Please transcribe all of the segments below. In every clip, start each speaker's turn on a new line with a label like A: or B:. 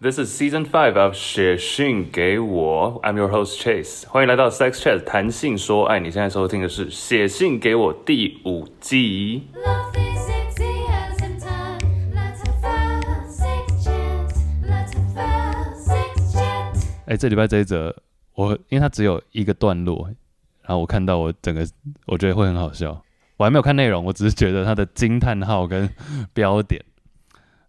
A: This is season five of 写信给我，I'm your host Chase，欢迎来到 Sex Chat 谈性说爱。你现在收听的是《写信给我》第五季。
B: Love is sexy and sometimes let's have fun, sex chat. Let's have fun, sex chat.
C: 哎、这礼拜这一则，我因为它只有一个段落，然后我看到我整个，我觉得会很好笑。我还没有看内容，我只是觉得它的惊叹号跟标点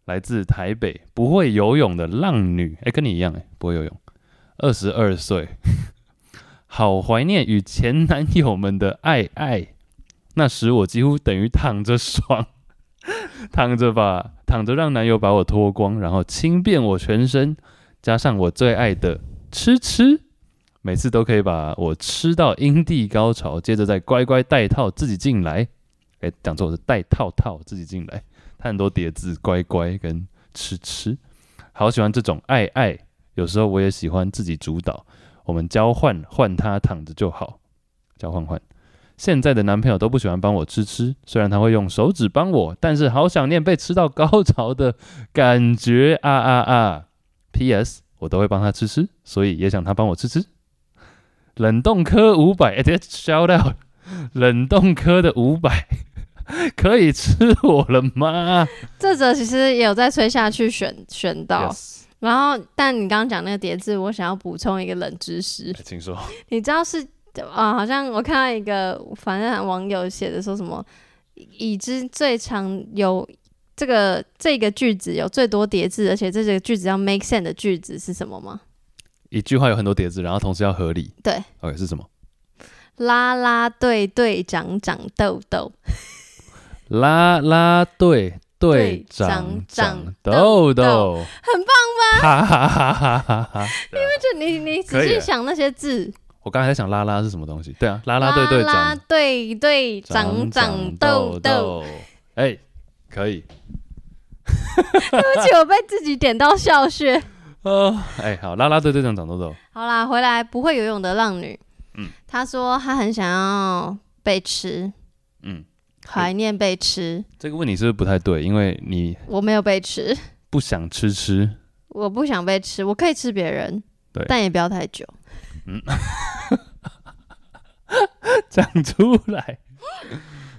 C: 来自台北不会游泳的浪女，哎、跟你一样哎、不会游泳，二十二岁， 好怀念与前男友们的爱爱，那时我几乎等于躺着爽，躺着吧，躺着让男友把我脱光，然后轻遍我全身，加上我最爱的吃吃，每次都可以把我吃到阴蒂高潮，接着再乖乖带套自己进来。哎、讲错是带套套自己进来，它很多叠字，乖乖跟吃吃，好喜欢这种爱爱。有时候我也喜欢自己主导，我们交换换他躺着就好，交换换。现在的男朋友都不喜欢帮我吃吃，虽然他会用手指帮我，但是好想念被吃到高潮的感觉啊啊啊！P.S. 我都会帮他吃吃，所以也想他帮我吃吃。冷冻科五百，哎，这 shout out，冷冻科的五百 可以吃我了吗
D: 这则其实也有在吹下去选选到
C: ？Yes，
D: 然后但你刚刚讲那个叠字，我想要补充一个冷 知识，
C: 哎请说。
D: 你知道是啊、好像我看到一个反正网友写的说什么，已知最长有这个这个句子有最多叠字，而且这个句子要 make sense 的句子是什么吗？
C: 一句话有很多叠字，然后同时要合理。
D: 对
C: ，OK 是什么？
D: 啦啦队队长长痘痘，
C: 啦啦队队
D: 队
C: 长
D: 长
C: 长
D: 长
C: 痘
D: 痘
C: 痘，
D: 很
C: 棒吧？哈哈哈哈哈哈！
D: 就你你仔
C: 可以
D: 细
C: 啊
D: 想那些字，
C: 我刚才在想拉拉是什么东西？对啊，拉拉队队
D: 啦啦
C: 长
D: 队队长长痘痘。。
C: 哎，可以。
D: 而且我被自己点到笑穴。
C: 呃，哎，好，啦啦队队长长痘痘，
D: 好啦，回来不会游泳的浪女，嗯，她说她很想要被吃，
C: 嗯，
D: 怀念被吃，
C: 这个问题是不是不太对？因为你
D: 我没有被吃，
C: 不想吃吃，
D: 我不想被吃，我可以吃别人，
C: 对
D: 但也不要太久。
C: 讲出来。哎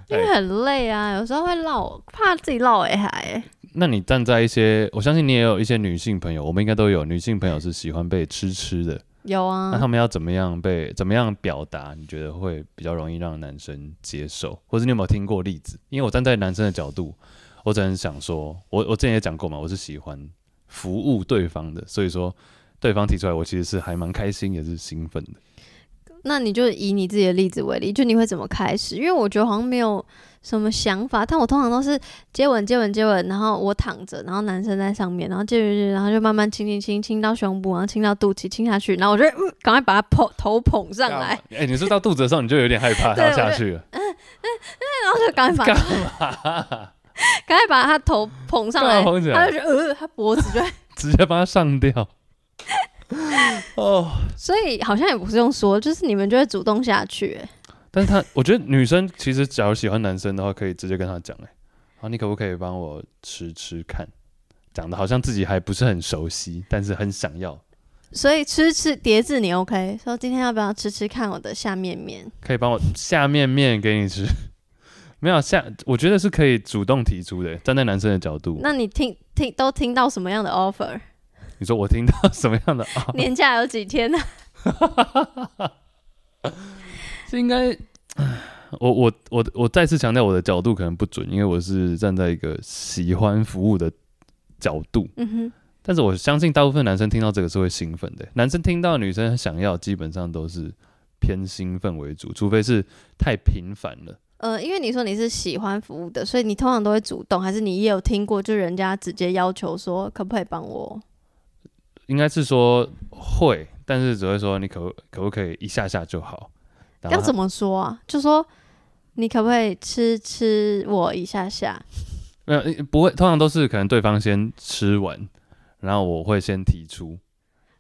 D: 因为很累啊，有时候会落，怕自己落尾海、欸。
C: 那你站在一些，我相信你也有一些女性朋友，我们应该都有女性朋友是喜欢被吃吃的。
D: 有
C: 那
D: 啊
C: 他，们要怎么样被怎么样表达？你觉得会比较容易让男生接受，或者你有没有听过例子？因为我站在男生的角度，我只能想说，我我之前也讲过嘛，我是喜欢服务对方的，所以说对方提出来，我其实是还蛮开心，也是兴奋的。
D: 那你就以你自己的例子为例，就你会怎么开始？因为我觉得好像没有什么想法，但我通常都是接吻、接吻、接吻，然后我躺着，然后男生在上面，然后接吻、接吻，然后就慢慢亲、亲、亲，亲到胸部，然后亲到肚脐，亲下去，然后我就、嗯、赶快把他捧头捧上来，
C: 哎、你是到肚子的时候你就有点害 怕，
D: 对
C: 要下去了，
D: 然后就赶快把
C: 干
D: 他
C: 嘛？
D: 赶快把他头捧 上来，
C: 干嘛捧起来
D: 他就觉得呃，他脖子就会，
C: 直接把它上掉。 哦，
D: 所以好像也不是用说，就是你们就会主动下去、欸
C: 但是他，我觉得女生其实假如喜欢男生的话，可以直接跟他讲、哎，啊，你可不可以帮我吃吃看？讲的好像自己还不是很熟悉，但是很想要，
D: 所以吃吃碟子你 OK？说今天要不要吃吃看我的下面面？
C: 可以帮我下面面给你吃。 没有下，我觉得是可以主动提出的、站在男生的角度，
D: 那你听听都听到什么样的 offer？
C: 你说我听到什么样的啊？
D: 年假有几天呢、
C: 这应该，我我我我再次强调我的角度可能不准，因为我是站在一个喜欢服务的角度，
D: 嗯
C: 但是我相信大部分男生听到这个是会兴奋的。男生听到女生想要，基本上都是偏兴奋为主，除非是太频繁了。
D: 哼，呃，因为你说你是喜欢服务的，所以你通常都会主动，还是你也有听过，就人家直接要求说可不可以帮我？
C: 应该是说会，但是只会说你可不可不可以一下下就好。然后
D: 要
C: 他
D: 怎么说啊？就说你可不可以吃吃我一下下？
C: 没有，呃不会，通常都是可能对方先吃完，然后我会先提出，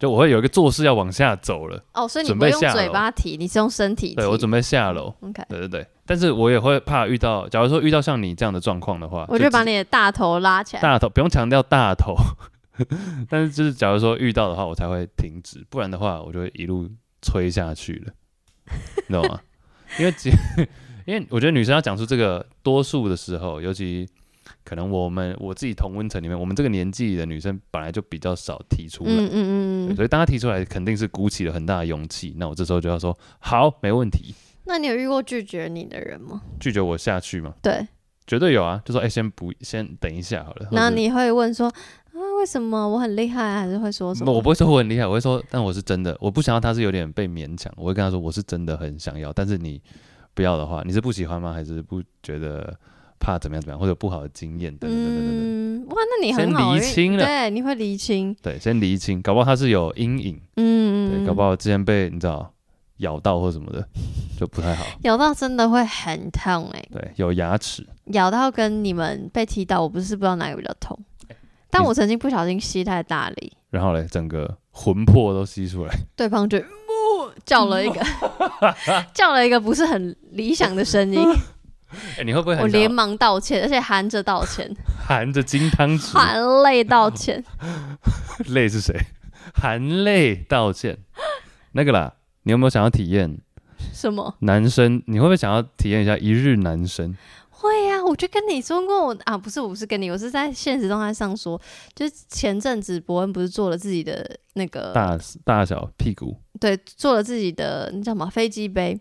C: 就我会有一个做事要往下走了，
D: 哦，所以你
C: 准
D: 不
C: 备
D: 用
C: 下
D: 嘴
C: 楼
D: 巴提，你是用身体提。
C: 对我准备下楼。
D: OK，
C: 对对对，但是我也会怕遇到，假如说遇到像你这样的状况的话，
D: 我就把
C: 直
D: 你的大头拉起来。
C: 大头不用强调大头， 但是就是假如说遇到的话，我才会停止，不然的话，我就会一路吹下去了，你懂吗？ 因为其因为我觉得女生要讲出这个，多数的时候，尤其可能我们我自己同温层里面，我们这个年纪的女生本来就比较少提出来，
D: 嗯嗯
C: 对
D: 嗯嗯。
C: 所以当她提出来，肯定是鼓起了很大的勇气。那我这时候就要说，好，没问题，
D: 那你有遇过拒绝你的人吗？
C: 拒绝我下去嘛，
D: 对，
C: 绝对有啊，就说哎、先不，先等一下好了。
D: 那
C: 或者
D: 你会问说啊，为什么我很厉害，啊还是会说什
C: 不
D: 么？
C: 我不会说我很厉害，我会说，但我是真的，我不想要他是有点被勉强，我会跟他说我是真的很想要，但是你不要的话，你是不喜欢吗？还是不觉得怕怎么样怎么样，或者不好的经验等等等等等等。
D: 嗯，哇，那你很
C: 先
D: 好，
C: 厘
D: 因为
C: 清了
D: 对，你会厘清，
C: 对，先厘清，搞不好他是有阴影，
D: 嗯，
C: 对，搞不好之前被你知道咬到或什么的，就不太好。
D: 咬到真的会很痛哎、
C: 对，有牙齿，
D: 咬到跟你们被踢到，我不是不知道哪个比较痛，但我曾经不小心吸太大力，
C: 然后嘞，整个魂魄都吸出来，
D: 对方就呜叫了一 个 叫了一个不是很理想 的声音，
C: 哎，你会不会
D: 我
C: 很想
D: 连
C: 要
D: 忙道歉，而且含着道 歉，
C: 含着金汤匙，
D: 含泪 道歉，
C: 泪是谁？含泪道歉，那个啦，你有没有想要体验？
D: 什么？
C: 男生，你会不会想要体验一下一日男生？
D: 会呀、我就跟你说过我啊，不是我不是跟你，我是在现实动态上说，就是前阵子伯恩不是做了自己的那个
C: 大大小屁股，
D: 对，做了自己的那叫什么飞机杯，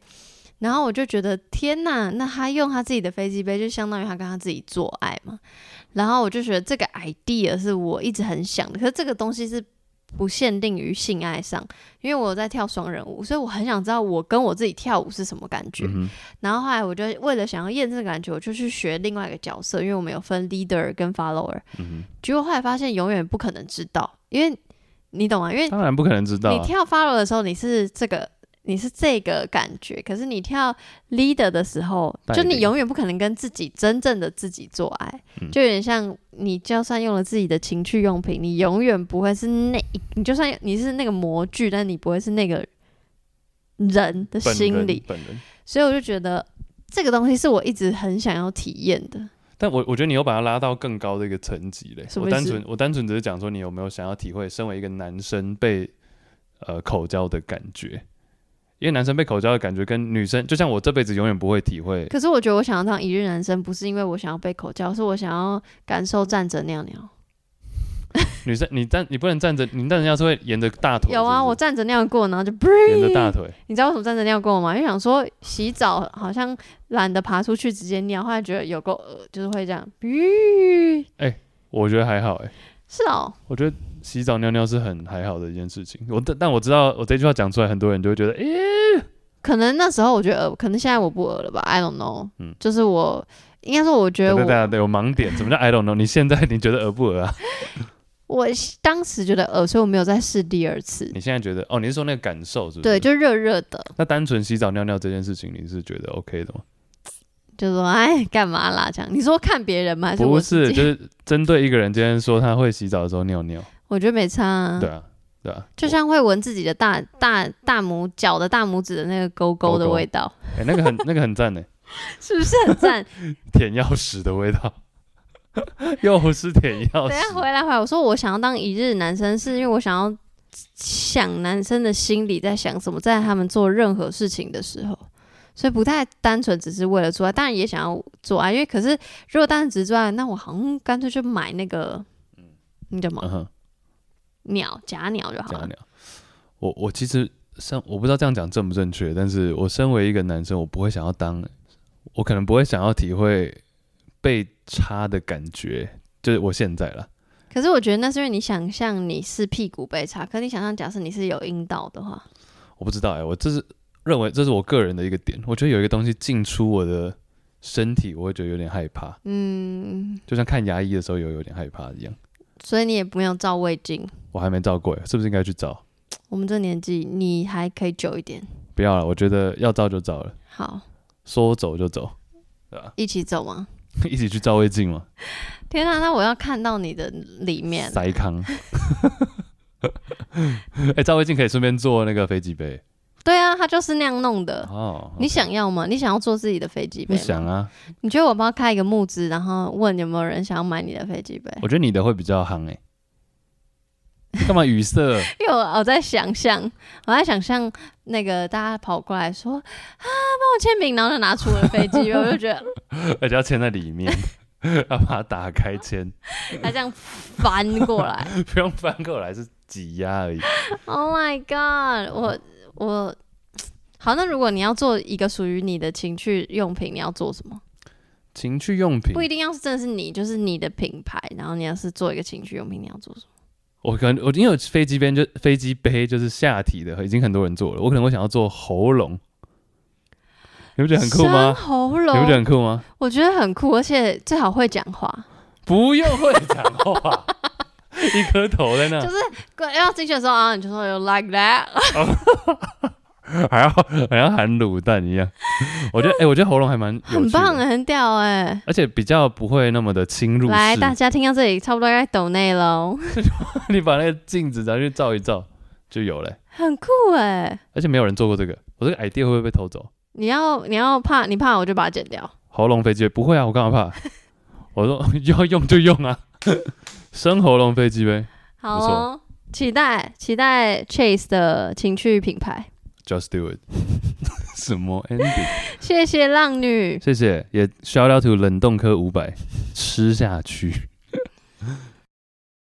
D: 然后我就觉得天呐，那他用他自己的飞机杯，就相当于他跟他自己做爱嘛。然后我就觉得这个 idea 是我一直很想的，可是这个东西是不限定于性爱上，因为我有在跳双人舞，所以我很想知道我跟我自己跳舞是什么感觉。
C: 嗯哼，
D: 然后后来我就为了想要验证这个感觉，我就去学另外一个角色，因为我们有分 leader 跟 follower。
C: 嗯
D: 结果后来发现永远不可能知道，因为你懂吗？因为
C: 哼，当然不可能知道、
D: 你
C: 啊，
D: 跳 follow 的时候，你是这个，你是这个感觉。可是你跳 leader 的时候，
C: 带
D: 就你
C: 领
D: 永远不可能跟自己真正的自己做爱，
C: 嗯
D: 就有点像你就算用了自己的情趣用品，你永远不会是那一，你就算你是那个模具，但你不会是那个人的
C: 本
D: 心
C: 人
D: 理。
C: 本人。
D: 所以我就觉得这个东西是我一直很想要体验的。
C: 但我我觉得你又把它拉到更高的一个层级嘞。
D: 什么
C: 我
D: 意思
C: 单纯我单纯只是讲说，你有没有想要体会身为一个男生被呃口交的感觉？因为男生被口交的感觉跟女生，就像我这辈子永远不会体会。
D: 可是我觉得我想要当一日男生，不是因为我想要被口交，是我想要感受站着尿尿。
C: 女生，你站你不能站着，你站着要是会沿着大腿。
D: 有啊，
C: 是不
D: 我
C: 是
D: 站着尿过，然后就
C: 沿着大腿。
D: 你知道为什么站着尿过吗？因为想说洗澡好像懒得爬出去直接尿，后来觉得有够恶，就是会这样。吁，
C: 我觉得还好哎、
D: 是哦，
C: 我觉得洗澡尿尿是很还好的一件事情。我但但我知道我这句话讲出来，很多人就会觉得，欸诶、
D: 可能那时候我觉得恶，呃可能现在我不恶了吧？I don't know。
C: 嗯
D: 就是我应该说，我觉得
C: 对对啊
D: 我
C: 对，有盲点。什么叫 I don't know？你现在你觉得恶不恶啊？
D: 我当时觉得恶，所以我没有再试第二次。
C: 你现在觉得哦，你是说那个感受是不
D: 对，
C: 是？。
D: 就热热的，
C: 那单纯洗澡尿尿这件事情，你是觉得 OK 的吗？
D: 就说哎干嘛啦这样？你说看别人吗？还是
C: 不
D: 我自
C: 是，
D: 己？
C: 就是针对一个人今天说他会洗澡的时候尿尿，
D: 我觉得没差、啊。
C: 对啊，对啊。
D: 就像会闻自己的大大大拇脚的大拇指的那个勾勾的
C: 勾勾
D: 味道，
C: 哎、那个很那个很赞呢，
D: 是不是很赞？
C: 舔钥匙的味道， 又哦是舔钥
D: 等一下
C: 匙。
D: 回来回来，我说我想要当一日男生，是因为我想要想男生的心里在想什么，在他们做任何事情的时候，所以不太单纯只是为了做爱，当然也想要做爱，因为可是如果单纯只是做爱，那我好像干脆就买那个，那叫什么
C: 嗯哼，
D: 鸟假鸟就好
C: 假
D: 了。
C: 鸟。我我其实像我不知道这样讲正不正确，但是我身为一个男生，我不会想要当，我可能不会想要体会被插的感觉，就是我现在啦。
D: 可是我觉得那是因为你想象你是屁股被插，可你想象假设你是有阴道的话，
C: 我不知道哎、我这是认为这是我个人的一个点，我觉得有一个东西进出我的身体，我会觉得有点害怕，
D: 嗯，
C: 就像看牙医的时候有有点害怕一样。
D: 所以你也没有照胃镜。
C: 我还没照过欸，是不是应该去照？
D: 我们这年纪，你还可以久一点。
C: 不要了，我觉得要照就照了，
D: 好，
C: 说走就走，
D: 一起走吗？
C: 一起去照胃镜嘛，
D: 天啊，那我要看到你的里面，
C: 塞康。 哎、照胃镜可以顺便做那个飞机杯
D: 对啊，他就是那样弄的。
C: 哦。
D: 呃你想要吗？你想要做自己的飞机
C: 不
D: 杯吗？
C: 想啊？
D: 你觉得我帮他开一个募资，然后问有没有人想要买你的飞机杯？
C: 我觉得你的会比较夯哎、干嘛语 塞？
D: 因为我我在想象，我在想象那个大家跑过来说啊，帮我签名，然后就拿出我的飞 机，我就觉得
C: 而且要签在里面， 要把它打开签，
D: 他这样翻过来
C: 不用翻过来是挤压而已。
D: ，Oh my god！我我好，那如果你要做一个属于你的情趣用品，你要做什么？
C: 情趣用品
D: 不，一定要是真的是你，就是你的品牌，然后你要是做一个情趣用品，你要做什么？
C: 我可能我因为飞机杯就飞机杯就是下体的，已经很多人做了，我可能会想要做喉咙，你不觉得很酷吗？
D: 生喉
C: 你不觉得
D: 咙，
C: 很酷吗？
D: 我觉得很酷，而且最好会讲话。
C: 不用会讲话， 一颗头在那
D: 就，是要进去的时候啊，你就说 you like that，
C: 还要还要含卤蛋一样。我觉得，哎、我觉得喉咙还蛮有趣的
D: 很棒，很屌哎、
C: 而且比较不会那么的侵入式。
D: 来，大家听到这里，差不多该抖内喽，
C: 你把那个镜子拿去照一照就有了、欸
D: 很酷哎、
C: 而且没有人做过这个，我这个 idea 会不会被偷走？
D: 你要你要怕你怕我就把它剪掉，
C: 喉咙飞机杯不会啊，我干嘛怕？我说 要用就用啊，生喉咙飞机杯
D: 好
C: 不错
D: 哦，期待期待 Chase 的情趣品牌，
C: ，just do it 。 什么 ending？
D: 谢谢浪女，
C: 谢谢，也 shout out to 冷冻科五百，吃下去。